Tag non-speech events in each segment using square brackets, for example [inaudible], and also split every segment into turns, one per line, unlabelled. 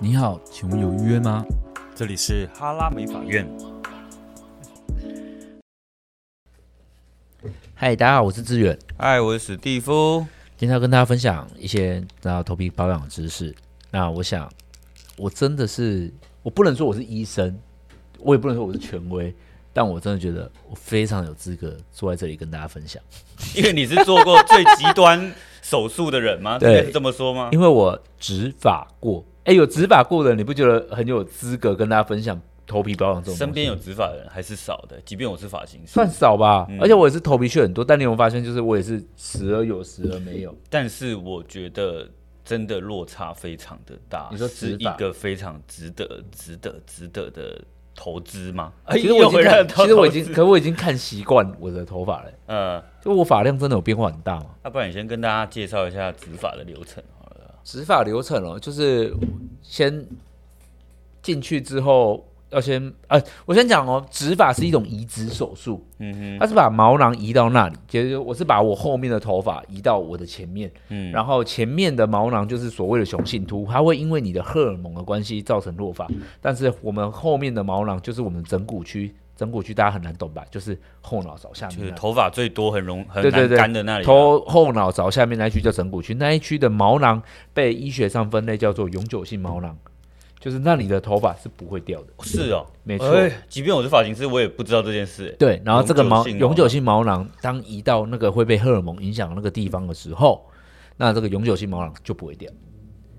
你好，请问有约吗？
这里是哈拉美法院，
嗨，大家好，我是志远，
嗨，我是史蒂夫。 [laughs]
今天要跟大家分享一些那头皮保养的知识。那我想，我真的是，我不能说我是医生，我也不能说我是权威，但我真的觉得我非常有资格坐在这里跟大家分享，
因为你是做过最极端手术的人吗？
对
真的是这么说吗？
因为我执法过。哎，有执法过的，你不觉得很有资格跟大家分享头皮保养这种东西吗？
身边有执法的人还是少的，即便我是发型师
算，少吧，
嗯
而且我也是头皮屑很多，但你有没有发现，就是我也是时而有，时而没
[laughs]
有。
但是我觉得真的落差非常的大。
你说
是
执
一
法
个非常值得、值得、值得的投资吗？哎
其实我已
又
经
回
看，
到
其实我已
投
经，
资
可我已经看习惯我的头发了、
呃，
就我发量真的有变化很大嘛？
要不然你先跟大家介绍一下执法的流程好了。
植发流程哦，就是先进去之后要先，呃，我先讲哦，植发是一种移植手术，
嗯哼，
它是把毛囊移到那里，就是我是把我后面的头发移到我的前面，
嗯，
然后前面的毛囊就是所谓的雄性秃，它会因为你的荷尔蒙的关系造成落发，但是我们后面的毛囊就是我们枕骨区，枕骨区大家很难懂吧？就是后脑勺下面
就
那
是
里。
头发最多很容很
对对
难
对，
干的那里啊，
头后脑勺下面那一区叫枕骨区，那一区的毛囊被医学上分类叫做永久性毛囊，就是那里的头发是不会掉的。
是哦，
没错
哎即便我是发型师，我也不知道这件事。哎
对，然后这个毛
永久性毛囊
永久性毛囊当移到那个会被荷尔蒙影响的那个地方的时候，那这个永久性毛囊就不会掉，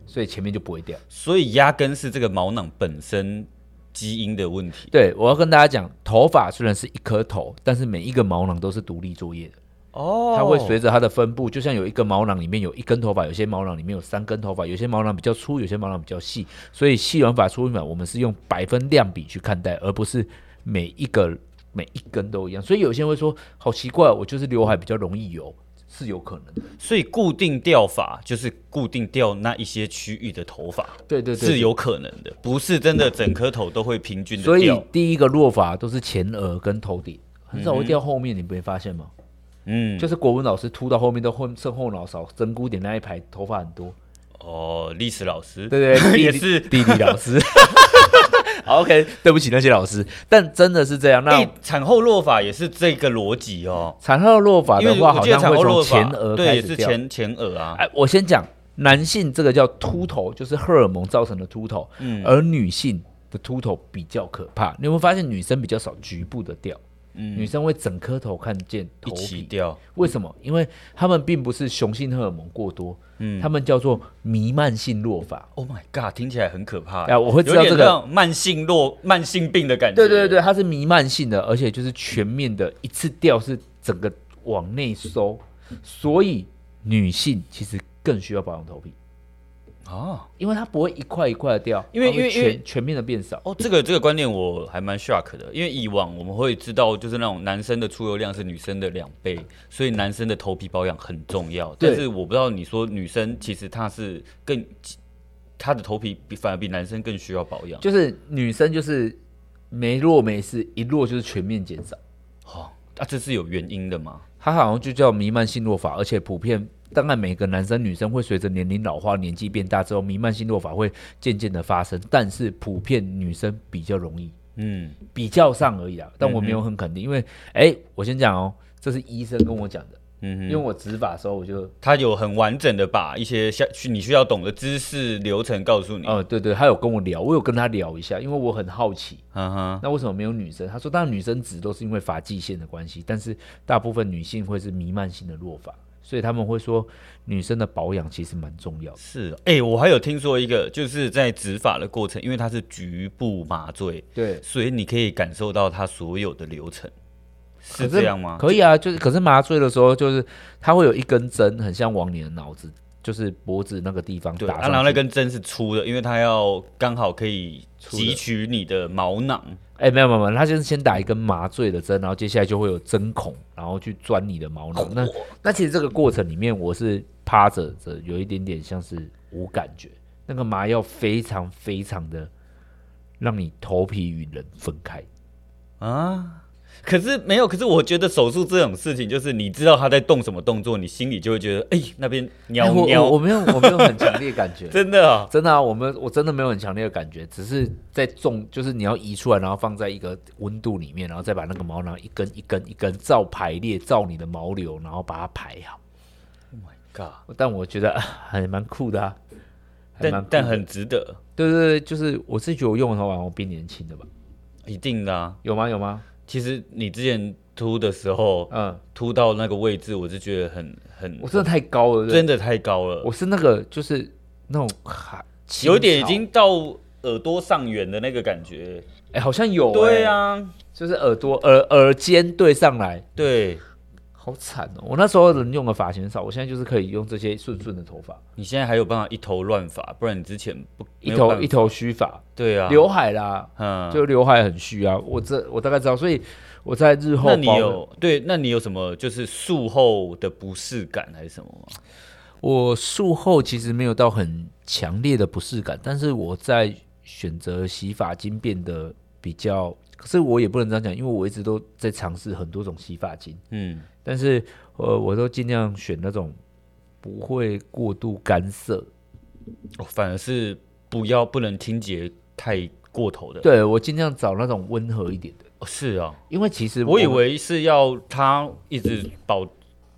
所以前面就不会掉。
所以压根是这个毛囊本身基因的问题。
对，我要跟大家讲，头发虽然是一颗头，但是每一个毛囊都是独立作业的，
哦
它会随着它的分布，就像有一个毛囊里面有一根头发，有些毛囊里面有三根头发，有些毛囊比较粗，有些毛囊比较细。所以细软法、粗软法，我们是用百分量比去看待，而不是每一个每一根都一样。所以有些人会说，好奇怪，我就是刘海比较容易油，是有可能的。
所以固定掉发就是固定掉那一些区域的头发，
对对对，
是有可能的，不是真的整颗头都会平均
所
的
以
掉。
第一个落发都是前额跟头顶，很少会掉后面，你没发现吗？
嗯，
就是国文老师秃到后面都后剩后脑勺整骨点那一排头发很多，
哦，历史老师，
对
[laughs]
对
也是。
地理
[laughs]
老师。好 OK，对不起那些老师，但真的是这样。那
哎，产后落发也是这个逻辑哦，
产后落发
因
的
为
话，
我
好
记得
像
产
会
后
从
落发
前额
对
开
也
始
是
掉。
前前额啊，
哎，我先讲，男性这个叫秃头，就是荷尔蒙造成的秃头，
嗯
而女性的秃头比较可怕。你有没有发现女生比较少局部的掉？女
嗯，
生会整颗头看见
一
头
起
皮
掉，
为什么？因为他们并不是雄性荷尔蒙过多，
嗯
他们叫做弥漫性落发。
Oh my god，听起来很可怕。
哎我会知道
有点
这个
那种慢性落慢性病的感觉。
对对对，它是弥漫性的，而且就是全面的，一次掉是整个往内收，所以女性其实更需要保养头皮，
啊，
因为它不会一块一块的掉，
因为
它会
因为因为
全全面的变少。
哦，这个这个观念我还蛮 shock 的，因为以往我们会知道，就是那种男生的出油量是女生的两倍，所以男生的头皮保养很重要。
对
但是我不知道你说女生其实她是更，她的头皮比反而比男生更需要保养。
就是女生就是没落没事，一落就是全面减少，
哦，啊，这是有原因的吗？
它好像就叫弥漫性落发，而且普遍。当然，每个男生女生会随着年龄老化、年纪变大之后，弥漫性落发会渐渐的发生，但是普遍女生比较容易。
嗯，
比较上而已啦，但我没有很肯定，因为哎、我先讲哦，这是医生跟我讲的，
嗯
因为我执法的时候我就，
他有很完整的把一些需需你需要懂的知识流程告诉你。
呃，对对，他有跟我聊，我有跟他聊一下，因为我很好奇，
嗯哼，
那为什么没有女生？他说，当然女生值都是因为发际线的关系，但是大部分女性会是弥漫性的落发，所以他们会说女生的保养其实蛮重要的。
是哦，哎、我还有听说一个，就是在植发的过程，因为它是局部麻醉，
对，
所以你可以感受到它所有的流程，是
可
这样吗？
可以啊，就是可是麻醉的时候，就是它会有一根针，很像往你的脑子，就是脖子那个地方
对，
打
啊、
上
然后那
去。
根针是粗的，因为它要刚好可以
粗的
汲取你的毛囊。
哎、没有没有没有，他就是先打一根麻醉的针，然后接下来就会有针孔，然后去钻你的毛囊。那那其实这个过程里面，我是趴着着，有一点点像是无感觉。那个麻药非常非常的让你头皮与人分开，
啊，可是没有，可是我觉得手术这种事情，就是你知道他在动什么动作，你心里就会觉得，哎、那边
哎
喵
我
喵，
我我没有我没有很强烈的
[laughs]
感觉，
真的啊、
真的啊，我们我真的没有很强烈的感觉，只是在种，就是你要移出来，然后放在一个温度里面，然后再把那个毛囊一根一根一根照排列，照你的毛流，然后把它排好。
God，
但我觉得 [laughs] 啊还蛮酷的啊，还蛮
但但
酷
很值得，
对对对，就是我自己觉得我用完头发我变年轻的吧？
一定的、啊。
有吗？有吗？
其实你之前秃的时候，
嗯，
秃到那个位置，我是觉得很很，
我真的太高了，对
真的太高
不对
了，
我是那个就是那种哈，
有点已
清朝
经到耳朵上缘的那个感觉。
哎、好像有、
对
呀，
啊，
就是耳朵耳耳尖对上来，
对
好惨哦！我那时候能用的发型少，我现在就是可以用这些顺顺的头发，
你现在还有办法一头乱发，不然你之前不
一
没有办
头
法
一头须发，
对啊，
刘海啦，
嗯，
就刘海很虚啊。我这我大概知道，所以我在日后
那你
保养
有对？那你有什么就是术后的不适感还是什么吗？
我术后其实没有到很强烈的不适感，但是我在选择洗发精变得比较，可是我也不能这样讲，因为我一直都在尝试很多种洗发精，
嗯，
但是呃，我都尽量选那种不会过度干涩。
哦反而是不要不能清洁太过头的。
对我尽量找那种温和一点的，
哦，是啊，
因为其实
我以
们
为是要它一直保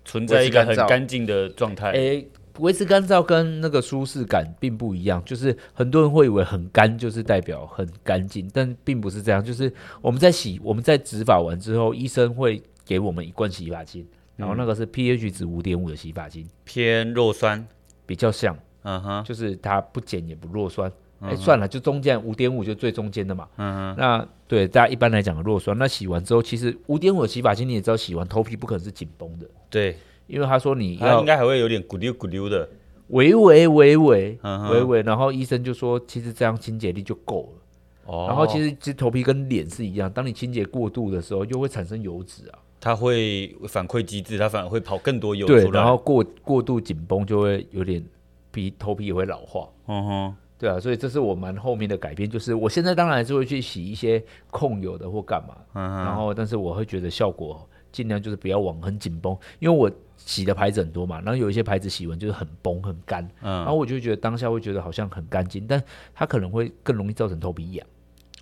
存在一个很
维持干燥
干净的状态。
诶、哎维持干燥跟那个舒适感并不一样，就是很多人会以为很干就是代表很干净，但并不是这样。就是我们在洗，我们在植发完之后，医生会给我们一罐洗发精，然后那个是 pH 值五点五的洗发精，
偏弱酸，
比较像，
嗯哼，
就是它不碱也不弱酸。哎、算了，就中间五点五就最中间的嘛。嗯那对大家一般来讲的弱酸，那洗完之后，其实五点五的洗发精你也知道，洗完头皮不可能是紧绷的，
对，
因为他说你
它
要
应该还会有点咕溜咕溜的。
微微微微
嗯哼
微微，然后医生就说，其实这样清洁力就够了。
哦
然后其实其实头皮跟脸是一样，当你清洁过度的时候，又会产生油脂啊，
它会反馈机制，它反而会跑更多油
对
出，来。
然后，过过度紧绷就会有点皮头皮也会老化，
嗯哼，
对啊，所以这是我蛮后面的改变，就是我现在当然还是会去洗一些控油的或干嘛，
嗯哼，
然后但是我会觉得效果尽量就是不要往很紧绷，因为我洗的牌子很多嘛，然后有一些牌子洗完就是很绷很干，然后
嗯，
我就觉得当下会觉得好像很干净，但它可能会更容易造成头皮痒。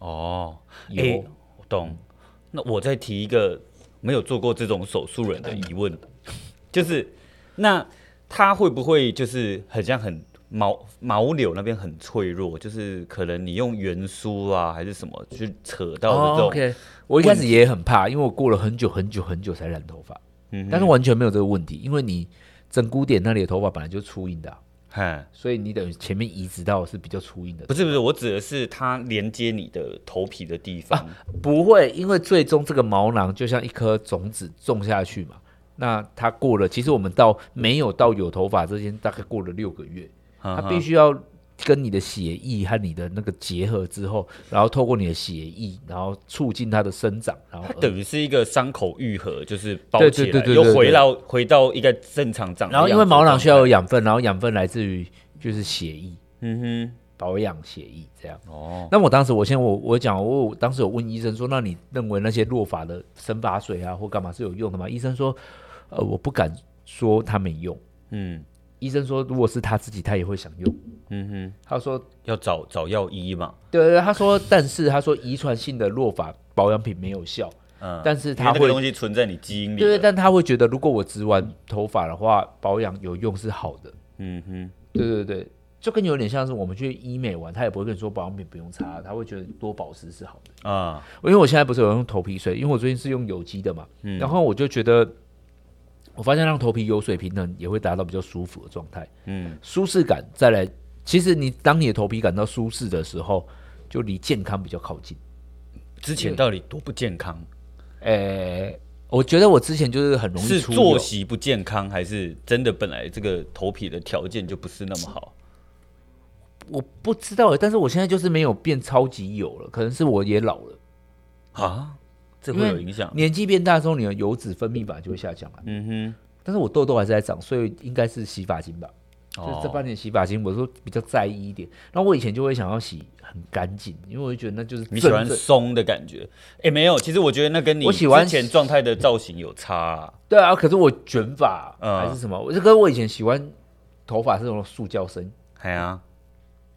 哦，
有、
诶我懂。那我再提一个没有做过这种手术人的疑问，就是那它会不会就是很像很毛毛柳那边很脆弱，就是可能你用圆梳啊还是什么去扯到的这种，
o k 哦我一开始也很怕，因为我过了很久很久很久才染头发，
嗯哼
但是完全没有这个问题，因为你整骨点那里的头发本来就粗硬的啊、
嗨，
所以你等于前面移植到的是比较粗硬的，
不是不是，我指的是它连接你的头皮的地方。
不会，因为最终这个毛囊就像一颗种子种下去嘛，那它过了，其实我们到没有到有头发之间，大概过了六个月，
嗯
它
哼
必须要跟你的血液和你的那个结合之后，然后透过你的血液，然后促进它的生长，然 [laughs] 后
它等于是一个伤口愈合，就是包
啊对
起来，
对对对对
又回到回到一个正常长的样子。
然后因为毛囊需要有养分，然后养分来自于就是血液
嗯
保养血液这样。
哼，哦，
那我当时，我先我我讲，我我当时有问医生说，那你认为那些落发的生发水啊或干嘛是有用的吗？医生说，呃，我不敢说它没用。
嗯
医生说，如果是他自己，他也会想用。
嗯哼，
他说，
要找找药医嘛，
对对，他说，但是他说遗传性的落发保养品没有效，
嗯，
但是
因为
他
那个
会
东西存在你基因里，
对对，，但他会觉得如果我植完头发的话，保养有用是好的。
嗯哼，
对对对，就跟有点像是我们去医美玩，他也不会跟你说保养品不用擦，他会觉得多保湿是好的。
啊，
因为我现在不是有用头皮水，因为我最近是用有机的嘛，
嗯
然后我就觉得，我发现让头皮油水平衡也会达到比较舒服的状态，
嗯，
舒适感再来。其实你当你的头皮感到舒适的时候，就离健康比较靠近。
之前到底多不健康？
诶、我觉得我之前就是很容易
是
出
作
油
息不健康，还是真的本来这个头皮的条件就不是那么好？
我不知道欸，但是我现在就是没有变超级油了，可能是我也老了。
啊，这
因
会
为
有影响？
年纪变大之后，你的油脂分泌本来就会下降了，
嗯哼，
但是我痘痘还是在长，所以应该是洗发精吧。
哦
就是这半年洗发精，我说比较在意一点。然后我以前就会想要洗很干净，因为我就觉得那就是
你喜欢
真正
松的感觉？哎、没有，其实我觉得那跟你
我喜欢
之前状态的造型有差啊、
对啊，可是我卷发
嗯
还是什么，我这跟我以前喜欢头发是那种塑胶声，
哎呀，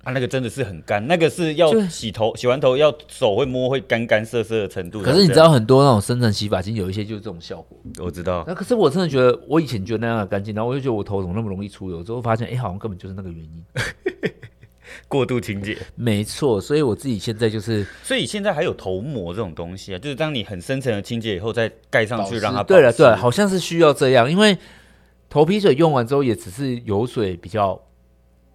啊，那个真的是很干，那个是要
就是
洗头，洗完头要手会摸会干干涩涩的程度。
可是你知道很多那种深层洗发精有一些就是这种效果。
这样，我知道，
那可是我真的觉得我以前觉得那样的干净，然后我就觉得我头怎么那么容易出油，之后发现哎、诶好像根本就是那个原因。
过度清洁，
没错，所以我自己现在就是
所以现在还有头膜这种东西啊，就是当你很深层的清洁以后再盖上
保
去
湿
让它
对
保
了
湿
对了，好像是需要这样，因为头皮水用完之后也只是油水比较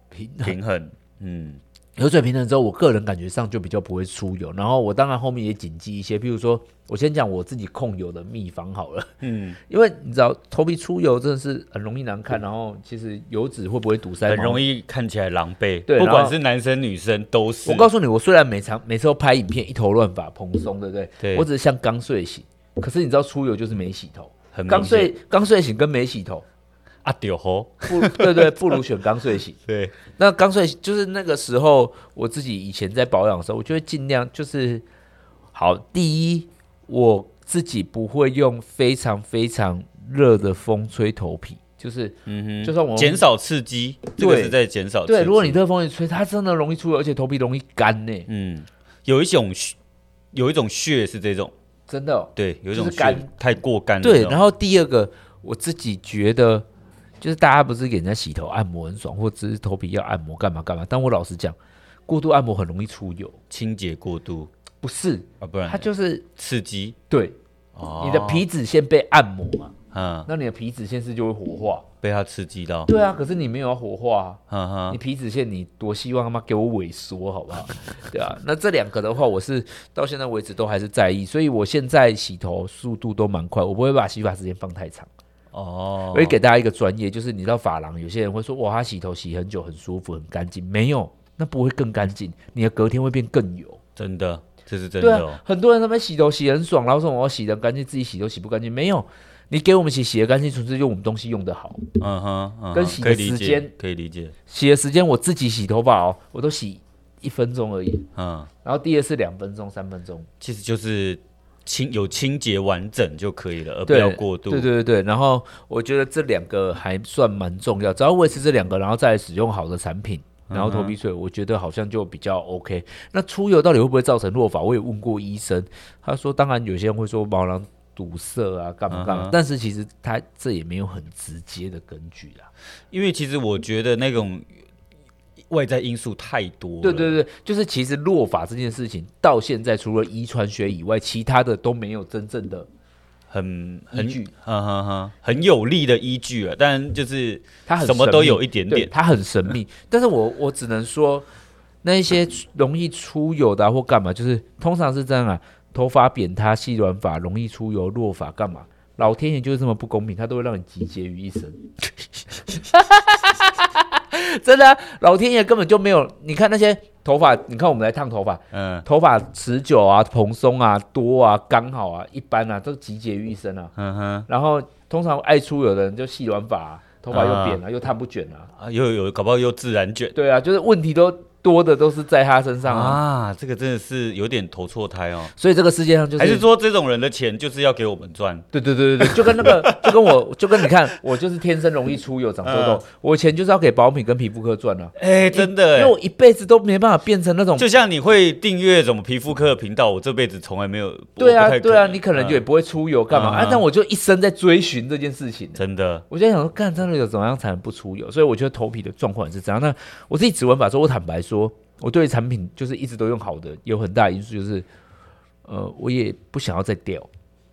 平衡。
平衡，嗯，
油水平衡之后，我个人感觉上就比较不会出油。然后我当然后面也谨记一些，譬如说我先讲我自己控油的秘方好了，
嗯，
因为你知道头皮出油真的是很容易难看，然后其实油脂会不会堵塞，
很容
易。
易看起来狼狈，
对
不
然
管
后
是男生女生都是。
我告诉你，我虽然每场每次都拍影片一头乱发蓬松，对不对？
对
我只是像刚睡醒，可是你知道出油就是没洗头，
很明
刚
显
睡刚睡醒跟没
[laughs]
洗头，
啊，丢吼，
不对对，不如选刚睡醒。
对，
那刚睡就是那个时候，我自己以前在保养的时候，我就会尽量就是好。第一，我自己不会用非常非常热的风吹头皮，就是
嗯哼，
就算我
减少刺激，这个
对
是在减少刺激。
对，如果你热风一吹，它真的容易出油，而且头皮容易干呢、
嗯，有一种血有一种血是这种，
真的哦、
对，有一
就
种
是
血
干
太过干了这种。
对，然后第二个，我自己觉得就是大家不是给人家洗头按摩很爽，或者是头皮要按摩干嘛干嘛，但我老实讲，过度按摩很容易出油，
清洁过度
不是，
啊，不然
它就是
刺激
对。
哦
你的皮脂腺被按摩嘛，
嗯
那你的皮脂腺是就会活化。
被它刺激到，
对啊，可是你没有要活化、
哈
啊，
哈
你，皮脂腺你多希望他妈给我萎缩，好不 [laughs] 好？对啊，那这两个的话，我是到现在为止都还是在意，所以我现在洗头速度都蛮快，我不会把洗发时间放太长。
哦
我也给大家一个专业，就是你到发廊，有些人会说哇，他洗头洗很久，很舒服，很干净。没有，那不会更干净，你的隔天会变更油。
真的，这是真
对
的哦
啊，，很多人他们洗头洗得很爽，然后说我要洗的干净，自己洗都洗不干净。没有，你给我们洗洗的干净，纯粹用我们东西用的好。
嗯哼，嗯哼
跟洗的
可以理
时
解
间
可以理解，
洗的时间我自己洗头发哦，我都洗一分钟而已，
嗯，
然后第二次两分钟、三分钟，
其实就是清有清洁完整就可以了，而不
对，
要过度。
对对对对，然后我觉得这两个还算蛮重要，只要维持这两个，然后再使用好的产品。然后
嗯
头皮水，我觉得好像就比较 OK。那出油到底会不会造成落发？我也问过医生，他说，当然有些人会说毛囊堵塞啊，干嘛干嘛，
嗯哼
但是其实他这也没有很直接的根据啦。
因为其实我觉得那种外在因素太多了，
对对对，就是其实落发这件事情到现在，除了遗传学以外，其他的都没有真正的
很
依
很
据，
哈哈哈，很有力的依据了，但就是
它很
什么
神
都
秘
有一点
对
点，
它很神
[laughs]
秘。但是我我只能说，那一些容易出油的、啊、或干嘛，就是通常是这样啊，头发扁塌、细软发容易出油、落发干嘛？老天爷就是这么不公平，他都会让你集结于一身。 [laughs] 真的啊、老天爷根本就没有。你看那些头发，你看我们来烫头发，
嗯
头发持久啊、蓬松啊、多啊、刚好啊、一般啊，都集结于一身啊。
嗯哼，
然后通常爱出油的人就细软发啊、头发又扁了、又烫不卷啊。
啊又有搞不好又自然卷
对啊，就是问题都多的都是在他身上啊。
啊，这个真的是有点投错胎哦，
所以这个世界上就是
还是说这种人的钱就是要给我们赚？
对对对对对，就跟那 [laughs] 个就跟我就跟你看，我就是天生容易出油长痘痘，我以前就是要给保品跟皮肤科赚啊，
哎，真的
因为
欸，
我一辈子都没办法变成那种。
就像你会订阅什么皮肤科的频道，我这辈子从来没有，
对
我
啊
不太
对啊，你可能就也
嗯
不会出油干嘛、
嗯
啊？但我就一生在追寻这件事情。
真的，
我就在想说，干真的有怎么样才能不出油？所以我觉得头皮的状况也是这样。那我自己指纹法说，我坦白说，我对产品就是一直都用好的，有很大的因素就是，呃，我也不想要再掉。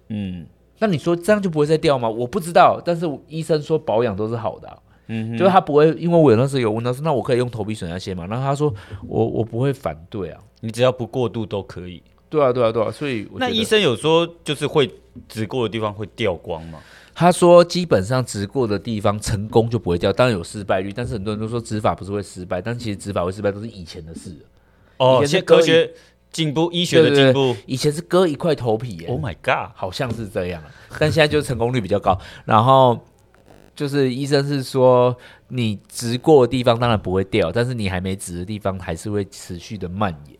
嗯
那你说这样就不会再掉吗？我不知道，但是医生说保养都是好的啊、
嗯哼，
就是他不会，因为我有那时候有问他说，那我可以用头皮水那些嘛？然后他说我我不会反对啊，
你只要不过度都可以。
对啊对啊对啊，所以我
那
觉得
医生有说就是会直过的地方会掉光吗？
他说基本上植过的地方成功就不会掉，当然有失败率，但是很多人都说植发不是会失败，但其实植发会失败都是以前的事了，
哦，
以前
现
是
在科
割一
学进步，医学的
对对
进
对
步。
以前是割一块头皮耶、
Oh my god！
好像是这样啊，但现在就是成功率比较高，然后就是医生是说，你植过的地方当然不会掉，但是你还没植的地方还是会持续的蔓延。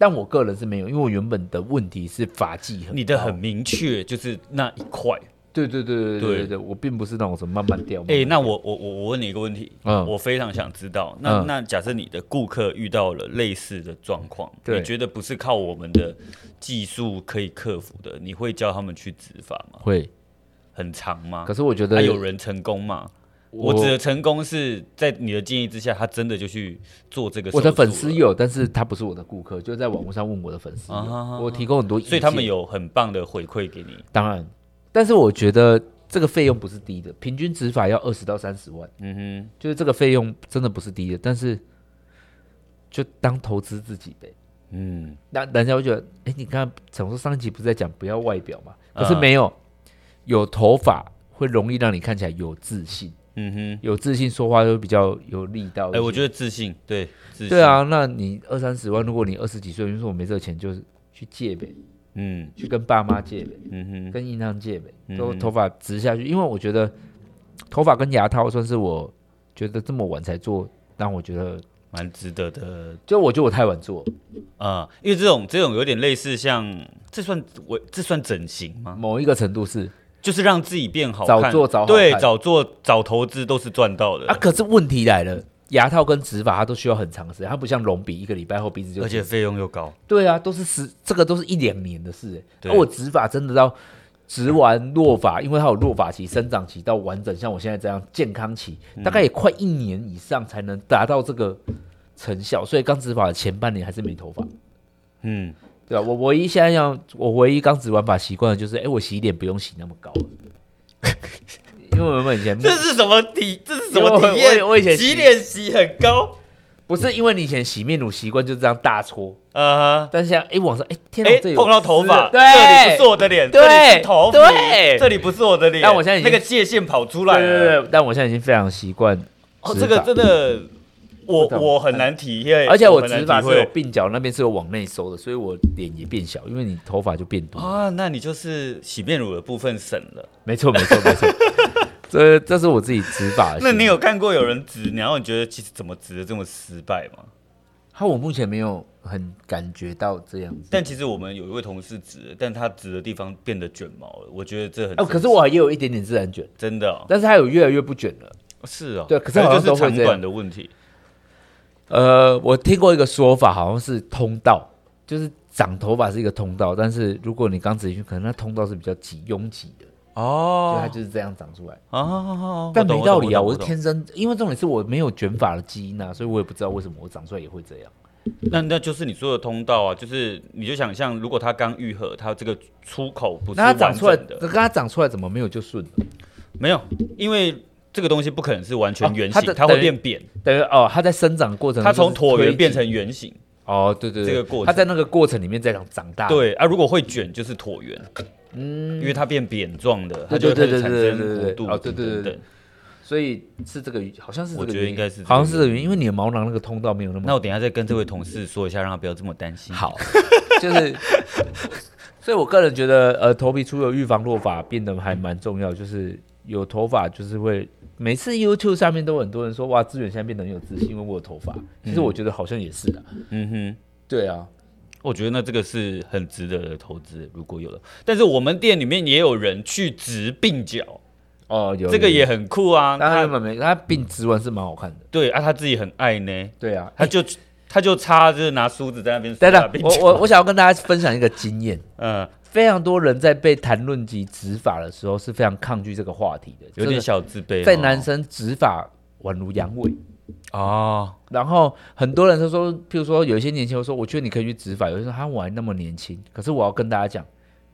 但我个人是没有，因为我原本的问题是发际很，
你的很明
嗯
确，就是那一块。
对对对对对
对
对对，我并不是那种什么慢慢掉。
哎、
慢慢
那我我我我问你一个问题，
嗯
我非常想知道。那、
嗯
那假设你的顾客遇到了类似的状况，
对
你觉得不是靠我们的技术可以克服的，你会教他们去植发吗？
会，
很长吗
可？是我觉
还、
得
有人成功吗？我指的成功是在你的建议之下，他真的就去做这个手术
我
了。
的粉丝有，但是他不是我的顾客，就在网络上问我的粉丝有，
啊哈哈
我提供很多意见，
所以他们有很棒的回馈给你。
当然，但是我觉得这个费用不是低的，平均执法要二十到三十万，
嗯
就是这个费用真的不是低的，但是就当投资自己呗。
哼，嗯，
那人家会觉得，哎，你刚才想说上一集不是在讲不要外表嘛？可是
啊
没有，有头发会容易让你看起来有自信，
嗯哼，
有自信说话就会比较有力道
哎、
一些。
我觉得自信，对，自信，
对，啊，那你二三十万，如果你二十几岁，你说我没这个钱，就是去借呗，
嗯
去跟爸妈借呗，
嗯哼，
跟银行借呗，都
嗯
头发植下去。因为我觉得头发跟牙套算是我觉得这么晚才做，让我觉得，
蛮值得的
就我觉得我太晚做了，
啊、因为这种这种有点类似像，这算我这算整形吗？
某一个程度是
就是让自己变好看，
早做早好看
对，早做早投资都是赚到的，
啊。可是问题来了，牙套跟植发它都需要很长的时间，它不像隆鼻一个礼拜后鼻子就
而且费用又高，
对啊，都是十，这个都是一两年的事欸。
对
而我植发真的到植完落发，因为它有落发期、生长期到完整，像我现在这样健康期，
嗯
大概也快一年以上才能达到这个成效。所以刚植发的前半年还是没头发，
嗯，
对啊吧、我唯一现在要，我唯一刚植完发习惯的就是，哎、我洗脸不用洗那么高了 [laughs] 因为我们以前
这是什么体？这是什
因为
么
我
体验？
我我以前
洗脸洗很高，
不是因为你以前洗面乳习惯就是这样大搓，
啊哈，
但是现在哎、网上哎、天哪，
哎、
这有
碰到头发，
丝对，
这里不是我的脸，
对
这里是头发，
对
这里不是我的脸，
但我现在已
那
经
个界限跑出来了，
对对对，但我现在已经非常习惯
哦，
植
这个
发
真的，我
不懂
我很难体验，
而且我
很难
直发
体
是有
会
鬓角那边是有往内收的，所以我脸也变小，因为你头发就变多。
啊，那你就是洗面乳的部分省了。
没错，没错，没 [laughs] 错。这这是我自己植发的。
那你？有看过有人植，然后你觉得其实怎么植的这么失败吗？
他我目前没有很感觉到这样子。
但其实我们有一位同事植，但他植的地方变得卷毛了，我觉得这很
哦，可是我也有一点点自然卷，
真的、哦、
但是它有越来越不卷了。
是哦，
对可是
还
好像
就
都
是
会
长
这
短
样
的问题，
呃，我听过一个说法，好像是通道，就是长头发是一个通道，但是如果你刚植进去，可能那通道是比较挤拥挤的，所以它
哦
就是这样长出来。
啊，哦
但没道理啊！我是，
懂懂懂
天生，因为重点是我没有卷发的基因啊，所以我也不知道为什么我长出来也会这样。
懂那那就是你说的通道啊，就是你就想象，如果它刚愈合，它这个出口不是
那
完
它长出来，
整
那
的，
跟它长出来怎么没有就顺了？
没有，因为这个东西不可能是完全
哦
圆
它
形，
的
它会
等于
变扁，
等于哦，它在生长过程中
它
就是推
从
挤，
椭圆变成圆形。
哦，对对对，
这个过程
它在那个过程里面在长长大。
对啊，如果会卷就是椭圆，嗯，因为它变扁状的，它就
对
会
对
开
对
始产生
对对对
弧
对
度
哦对对对
等等
对。所以是这个原，好像是这个
我觉得
原因
应该是这个
好像是这个原因，因为你的毛囊那个通道没有那
那
么
我等一下再跟这位同事说一下，让他不要这么担心。，
好，就是。所以，我个人觉得，呃，头皮出油预防落发变得还蛮重要。就是有头发，就是会每次 YouTube 上面都有很多人说，哇，志远现在变得很有自信，因为我有头发。其实我觉得好像也是的。
嗯哼，
对啊，
[laughs] 我觉得那这个是很值得的投资，如果有的。但是我们店里面也有人去植鬓角，
哦，有
这个
有
也很酷啊。
但他
他
们没，他鬓植完是蛮好看的。
对啊，他自己很爱呢，
对啊，
他就 [laughs] 他就插就是拿梳子在那边梳
等
他
等
鬓，
啊我
角。
我我想要跟大家分享一个经验，
[laughs] 嗯，
非常多人在被谈论及植发的时候是非常抗拒这个话题的，
有
这
点
个
小自卑哦。
在男生植发宛如阳痿。
哦，
然后很多人都说，譬如说有一些年轻人说，我觉得你可以去植发，有人说他我还那么年轻，可是我要跟大家讲，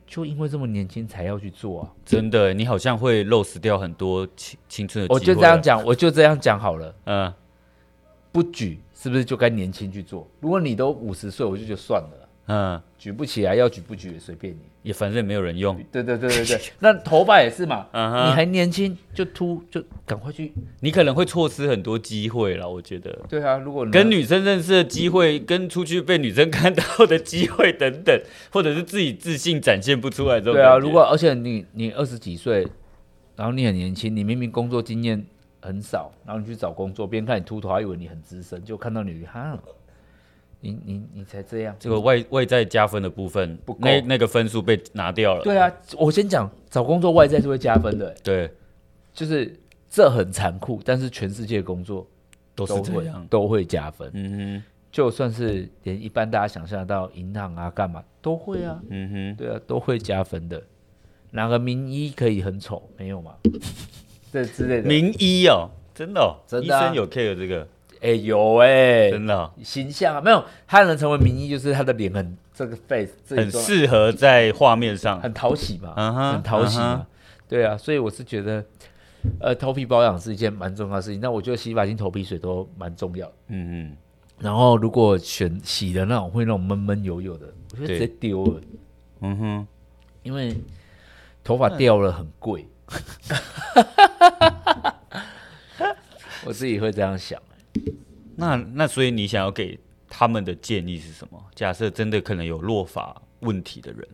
就因为这么年轻才要去做啊。
真的，你好像会 lose 掉很多青青春的机会
我
啊。
就这样讲，我就这样讲好了，
嗯。
不举是不是就该年轻去做？如果你都五十岁，我就觉得算了啦，
嗯，
举不起来要举不举也随便你。
也反正也没有人用。
对对对对 [laughs] 对，那头发也是嘛，
嗯哼
你还年轻就秃就赶快去。
你可能会错失很多机会啦，我觉得
对啊，如果你
跟女生认识的机会，跟出去被女生看到的机会等等， [laughs] 或者是自己自信展现不出来这种
对啊，
感觉
如果而且你你二十几岁，然后你很年轻，你明明工作经验很少，然后你去找工作，别人看你秃头还以为你很资深，就看到你哈，你你你才这样。
这个外外在加分的部分
不，够
那那个分数被拿掉了。
对啊，我先讲找工作外在是会加分的、
对，
就是这很残酷，但是全世界工作
都是
都
这
会
样。
都会加分，
嗯
就算是连一般大家想象得到银行啊干嘛都会啊，
哼，嗯哼，
对啊，都会加分的。哪个名医可以很丑？没
[laughs]
有嘛？这之类的。
名医哦，真的、哦，
真
医
的啊
生有 care 这个，
哎、有哎、
真的哦、
形象啊，没有他能成为名医，就是他的脸很这个 face 这
很
一段
适合在画面上。
很讨喜嘛
嗯哼
很讨喜
嗯
嘛对啊，所以我是觉得，呃，头皮保养是一件蛮重要的事情。那我觉得洗发精、头皮水都蛮重要的。
嗯嗯，
然后如果选洗的那种会那种闷闷油油的，我觉得直
对
接丢了，
嗯哼，
因为头
嗯
发掉了很贵。 [laughs] 我自己会这样想。
那那所以你想要给他们的建议是什么？假设真的可能有落发问题的人，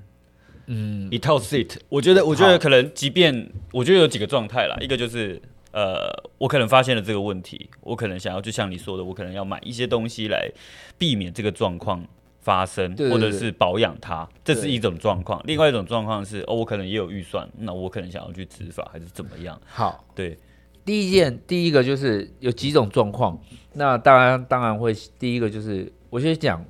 嗯，一套 sit，我觉得我觉得可能即便我觉得有几个状态啦，一个就是。呃，我可能发现了这个问题，我可能想要就像你说的，我可能要买一些东西来避免这个状况发生，
对对
或者
对
是保养它，这是
对
一种状况。另外一种状况是，哦，我可能也有预算，那我可能想要去植发还是怎么样？
好，
对，
第一件，第一个就是有几种状况，那当然当然会，第一个就是我先讲，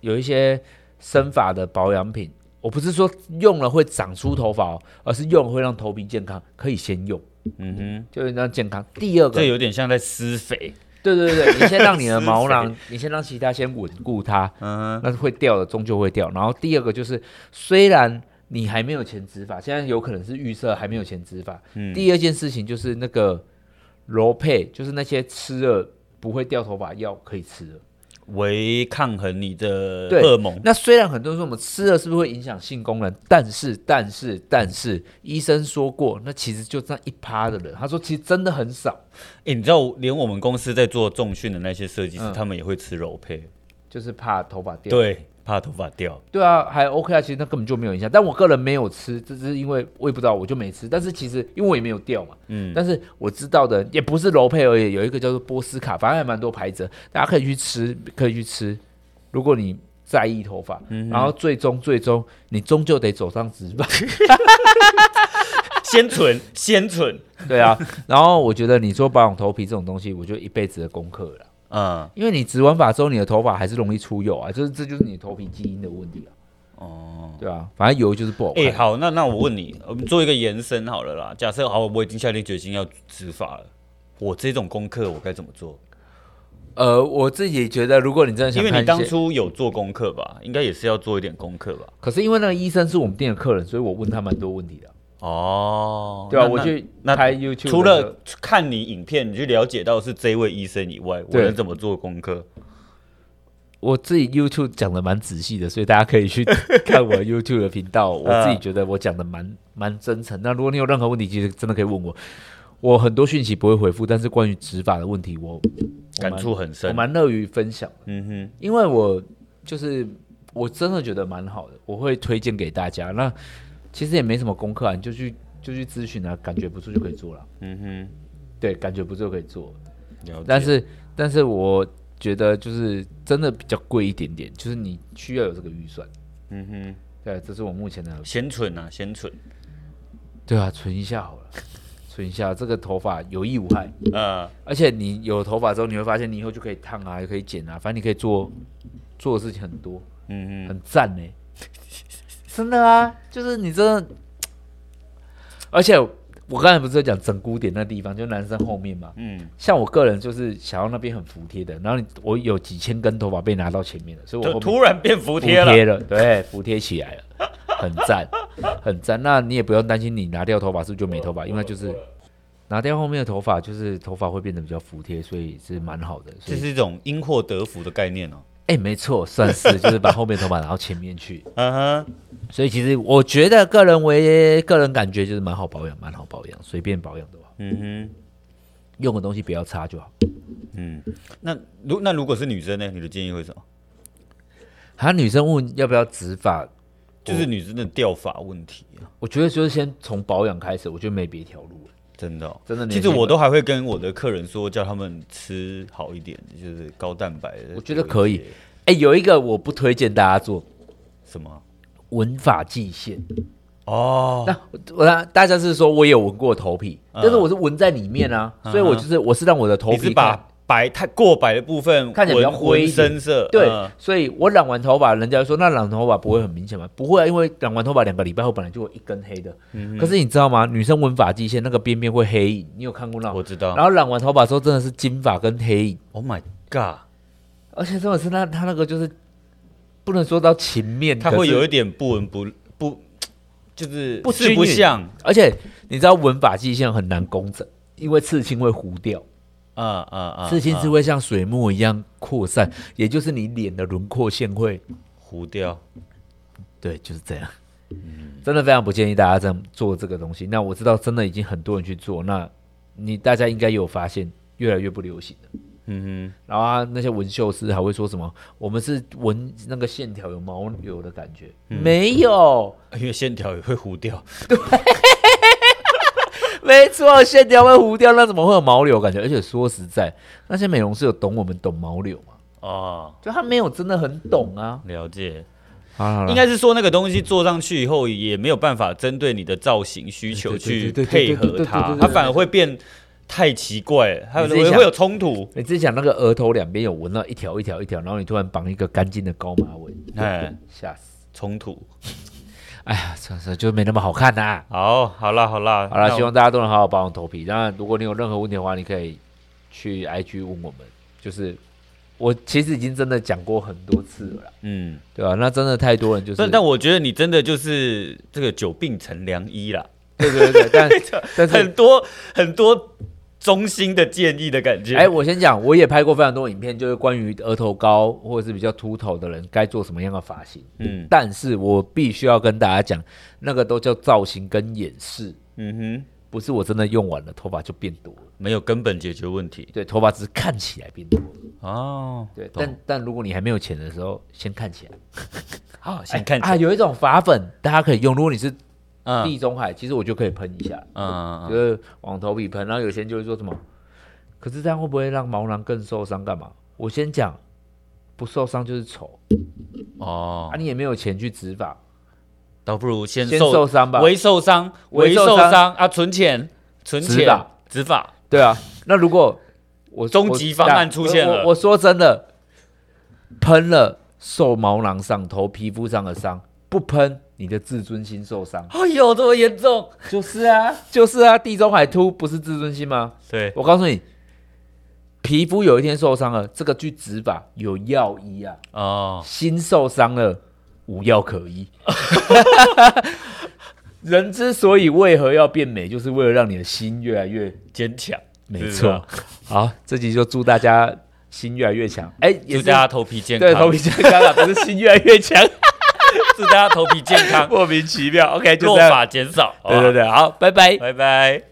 有一些生发的保养品，我不是说用了会长出头发、哦，而是用了会让头皮健康，可以先用，
嗯哼，
就是让健康。第二个
这，有点像在施肥，
对对对，你先让你的
施
毛
肥
囊，你先让其他先稳固它，
嗯哼，
啊那是会掉的，终究会掉。然后第二个就是，虽然你还没有钱植发，现在有可能是预设还没有钱植发。
嗯
第二件事情就是那个柔配，就是那些吃了不会掉头发药可以吃了。
为抗衡你的
对
荷尔蒙，
那虽然很多人说我们吃了是不是会影响性功能，但是但是但是医生说过，那其实就占一趴的人，他说其实真的很少，
诶，你知道，连我们公司在做重训的那些设计师，
嗯
他们也会吃柔胚，
就是怕头发掉。
对，怕头发掉。 [laughs]
对啊，还 OK 啊，其实那根本就没有影响。但我个人没有吃，这是因为我也不知道，我就没吃。但是其实因为我也没有掉嘛，嗯，但是我知道的也不是柔配而已，有一个叫做波斯卡，反正还蛮多牌子的，大家可以去吃，可以去吃。如果你在意头发，然后最终最终你终究得走上直吧， [laughs]
先存，先存，
对啊。然后我觉得你说保养头皮这种东西，我觉得一辈子的功课了啦，
嗯，
因为你植完发之后，你的头发还是容易出油啊，就是这就是你头皮基因的问题啊，
哦，
对啊，反正油就是不好看。
诶，好，那那我问你，我们做一个延伸好了啦。假设好，我已经下定决心要植发了，我这种功课我该怎么做？
呃，我自己觉得，如果你真的想
因为
看一
你
些
当，初有做功课吧，应该也是要做一点功课吧？
可是因为那个医生是我们店的客人，所以我问他蛮多问题的。
哦，
对啊，
那
我
那
去
那
拍 YouTube，
除
的时
了
候
看你影片，你去了解到是这位医生以外，我
对
能怎么做功课？
我自己 YouTube 讲的蛮仔细的，所以大家可以去看我 [laughs] YouTube 的频道。我自己觉得我讲的蛮蛮真诚。那如果你有任何问题，其实真的可以问我。我很多讯息不会回复，但是关于执法的问题，我我蛮
感触很
我
深。
蛮乐于分享的，
嗯哼，
因为我就是我真的觉得蛮好的，我会推荐给大家。那其实也没什么功课啊，你就去就去咨询啊，感觉不错就可以做了。
嗯
对，感觉不错可以做。
哼，了解。
但是，但是我觉得就是真的比较贵一点点，就是你需要有这个预算。
嗯哼，
对，这是我目前的。
先存啊，先存。
对啊，存一下好了， [laughs] 存一下，这个头发有益无害。
呃，
而且你有头发之后，你会发现你以后就可以烫啊，也可以剪啊，反正你可以做做的事情很多，
嗯哼，
很赞呢、 [laughs] 真的啊，就是你真的，而且我刚才不是有讲整骨点那地方，就男生后面嘛，
嗯，
像我个人就是想要那边很服帖的，然后你我有几千根头发被拿到前面了，所以我
就
后
突然变服
服
帖了。
了，对，服帖起来了，很赞，很赞。那你也不用担心你拿掉头发是不是就没头发，因为就是拿掉后面的头发，就是头发会变得比较服帖，所以是蛮好的。所
这
以
是一种因祸得福的概念哦。
哎、没错，算是就是把后面头发拿到前面去。
嗯哼，
所以其实我觉得个人为个人感觉就是蛮好保养，蛮好保养，随便保养都好，
嗯
用的东西不要差就好。
哼，嗯。那如
啊
那如果是女生呢？你的建议会是什么？
还有女生问要不要植发，
就是你真的掉发问题啊，
我觉得就是先从保养开始，我觉得没别条路了。
真的、哦。
真的，
其实我都还会跟我的客人说，叫他们吃好一点，就是高蛋白的。
我觉得可以。哎、有一个我不推荐大家做，
什么？
纹发际线。
哦，
那我那大家是说我也纹过头皮，但是我是纹在里面啊，所以我就是我是让我的
嗯
头
你
皮
是
看
把白太过白的部分
看起来比较
纹
灰一
纹
点
深色，
对，
嗯
所以我染完头发，人家说那染头发不会很明显吗？不会啊，因为染完头发两个礼拜后本来就有一根黑的。
嗯
可是你知道吗？女生纹发际线那个边边会黑影，你有看过那？
我知道
啊然后染完头发之后真的是金发跟黑影，
Oh my god，
而且真的是那它那个就是不能说到情面，
它
可
会
是
有一点不闻不不，就是
不
四不
均匀
像
而且你知道纹发际线很难工整，因为刺青会糊掉，
啊啊啊！
刺青
啊
是会像水墨一样扩散，也就是你脸的轮廓线会
糊掉，
对，就是这样。真的非常不建议大家这样做这个东西。那我知道，真的已经很多人去做，那你大家应该有发现，越来越不流行了。
嗯
然后、啊、那些纹绣师还会说什么？我们是纹那个线条有毛有的感觉，没有，
哼， [laughs] 因为线条也会糊掉，
没错，线条会糊掉，那怎么会有毛流感觉？而且说实在，那些美容师有懂我们懂毛流吗？
哦，
就他没有真的很懂啊。
了解。
好啦好啦
应该是说那个东西做上去以后，也没有办法针对你的造型需求
对
去
对对对
配
对对
合
对对
它
对，对
它反而会变太奇怪了，还有
你自己
会
想
会有冲突。
你之前讲那个额头两边有纹到一条一条一条，然后你突然绑一个干净的高马尾，
哎，
吓死！
冲突。
哎呀，算了算了，就没那么好看呐、
好，好啦，好啦，
好了，
那我
希望大家都能好好保养头皮。当然，如果你有任何问题的话，你可以去 IG 问我们。就是我其实已经真的讲过很多次了啦，
嗯，
对吧、那真的太多人就是，
但但我觉得你真的就是这个久病成良医啦，
对对对， [laughs] 但但
[laughs]
是
很多很多中心的建议的感觉。
哎、我先讲，我也拍过非常多影片，就是关于额头高或者是比较秃头的人该做什么样的发型。
嗯
但是我必须要跟大家讲，那个都叫造型跟掩饰，
嗯哼，
不是我真的用完了头发就变多了，
没有根本解决问题
对，头发只是看起来变多了。
哦。
对，
懂
但但如果你还没有钱的时候，先看起来。
好，先看起来
啊，有一种发粉，大家可以用。如果你是
嗯
地中海，其实我就可以喷一下，
嗯
就
嗯
是往头皮喷。然后有些人就会说什么，可是这样会不会让毛囊更受伤？干嘛？我先讲，不受伤就是丑
哦
啊！，你也没有钱去植发，
倒不如先
先
瘦
受伤吧
微受伤，
微
微受
受伤
伤啊，存钱，存
植
钱
发，
植发，
对啊。那如果我啊
终极方案出现了
我我我说真的，喷了受毛囊上头皮肤上的伤，不喷你的自尊心受伤。
哎呦，这么严重？
就是啊，就是啊，地中海秃不是自尊心吗？
对，
我告诉你，皮肤有一天受伤了，这个去植发有药医啊，
哦，
心受伤了无药可医。
[laughs]
人之所以为何要变美，就是为了让你的心越来越
坚强，
没
是啊
错
吧。
好，啊这集就祝大家心越来越强。哎、也
祝
是
大家头皮健康，
对头皮健康啊，不是心越来越
[laughs]
强，[laughs]
祝大家头皮健康，
莫名其妙。OK，就
落
这样。
发减少，好吧哦
对对，对，好，拜拜。
拜拜。